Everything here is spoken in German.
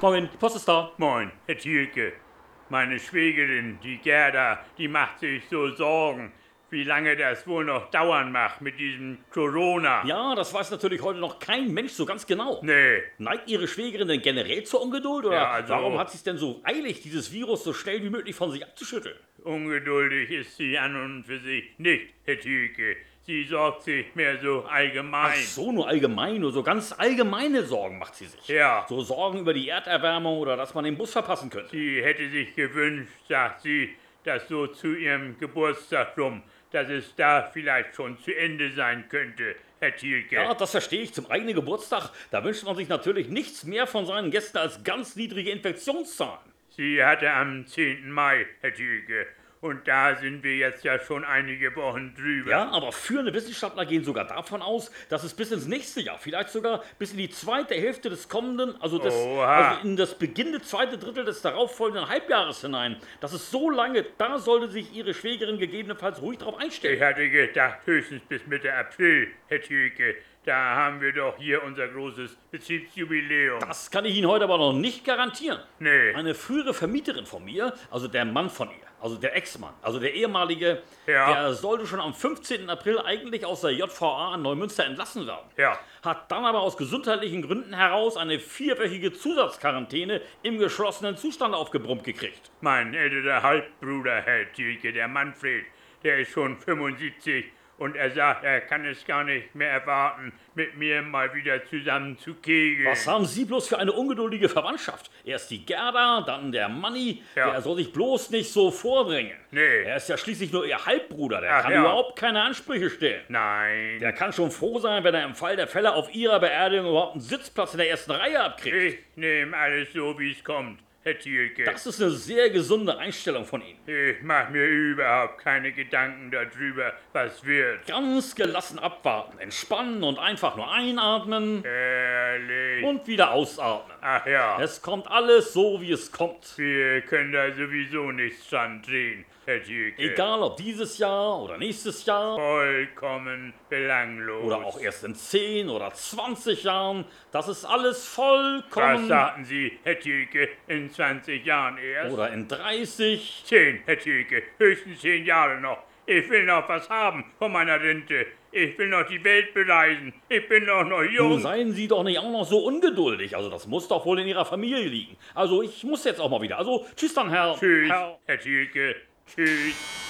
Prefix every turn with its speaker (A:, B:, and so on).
A: Moin, die Post ist da.
B: Moin, Herr Thielke. Meine Schwägerin, die Gerda, die macht sich so Sorgen, wie lange das wohl noch dauern macht mit diesem Corona.
A: Ja, das weiß natürlich heute noch kein Mensch so ganz genau.
B: Nee,
A: Neigt Ihre Schwägerin denn generell zur Ungeduld? Oder
B: Ja, also-
A: warum hat sie es denn so eilig, dieses Virus so schnell wie möglich von sich abzuschütteln?
B: ungeduldig ist sie an und für sich nicht, Herr Thielke. Sie sorgt sich mehr so
A: Ach
B: allgemein.
A: so, nur allgemein, nur so ganz allgemeine Sorgen macht sie sich.
B: Ja,
A: So Sorgen über die Erderwärmung oder dass man den Bus verpassen könnte.
B: sie hätte sich gewünscht, sagt sie, dass so zu ihrem Geburtstag rum, dass es da vielleicht schon zu Ende sein könnte, Herr Thielke.
A: Ja, das verstehe ich. Zum eigenen Geburtstag, da wünscht man sich natürlich nichts mehr von seinen Gästen als ganz niedrige Infektionszahlen.
B: Sie hatte am 10. Mai, Herr Thielke. Und da sind wir jetzt ja schon einige Wochen drüber.
A: Ja, aber führende Wissenschaftler gehen sogar davon aus, dass es bis ins nächste Jahr, vielleicht sogar bis in die zweite Hälfte des kommenden, also, des,
B: Oha.
A: also in das beginnende zweite Drittel des darauffolgenden Halbjahres hinein, dass es so lange, da sollte sich ihre Schwägerin gegebenenfalls ruhig drauf einstellen.
B: Ich hatte gedacht, höchstens bis Mitte April, Herr Thielke. Da haben wir doch hier unser großes Betriebsjubiläum.
A: Das kann ich Ihnen heute aber noch nicht garantieren.
B: nee,
A: Eine frühere Vermieterin von mir, also der Mann von ihr, also der Ex-Mann, also der ehemalige,
B: Ja.
A: der sollte schon am 15. April eigentlich aus der JVA in Neumünster entlassen werden.
B: ja.
A: Hat dann aber aus gesundheitlichen Gründen heraus eine vierwöchige Zusatzquarantäne im geschlossenen Zustand aufgebrummt gekriegt.
B: Mein älterer Halbbruder, Herr Thielke, der Manfred, der ist schon 75 und er sagt, er kann es gar nicht mehr erwarten, mit mir mal wieder zusammen zu kegeln.
A: Was haben Sie bloß für eine ungeduldige Verwandtschaft? Erst die Gerda, dann der Manni,
B: Ja.
A: der soll sich bloß nicht so vorbringen.
B: Nee.
A: Er ist ja schließlich nur Ihr Halbbruder, der
B: Ach
A: kann
B: ja.
A: überhaupt keine Ansprüche stellen.
B: Nein.
A: Der kann schon froh sein, wenn er im Fall der Fälle auf ihrer Beerdigung überhaupt einen Sitzplatz in der ersten Reihe abkriegt.
B: Ich nehme alles so, wie es kommt, Herr Thielke.
A: Das ist eine sehr gesunde Einstellung von ihm.
B: Ich mach mir überhaupt keine Gedanken darüber, was wird.
A: Ganz gelassen abwarten, entspannen und einfach nur einatmen
B: Ehrlich.
A: und wieder ausatmen.
B: Ach ja,
A: Es kommt alles so, wie es kommt.
B: wir können da sowieso nichts dran drehen, Herr Tüke.
A: Egal ob dieses Jahr oder nächstes Jahr
B: Vollkommen belanglos.
A: oder auch erst in 10 oder 20 Jahren, das ist alles vollkommen.
B: Was sagten Sie, Herr Tüke, in 20 Jahren erst?
A: Oder in 30.
B: 10, Herr Tüke, höchstens 10 Jahre noch. Ich will noch was haben von meiner Rente. Ich will noch die Welt bereisen. Ich bin doch noch
A: Nun
B: jung.
A: seien Sie doch nicht auch noch so ungeduldig. Also das muss doch wohl in Ihrer Familie liegen. Also ich muss jetzt auch mal wieder. Also tschüss dann, Herr.
B: Tschüss,
A: Herr.
B: Herr Tüke. Tschüss.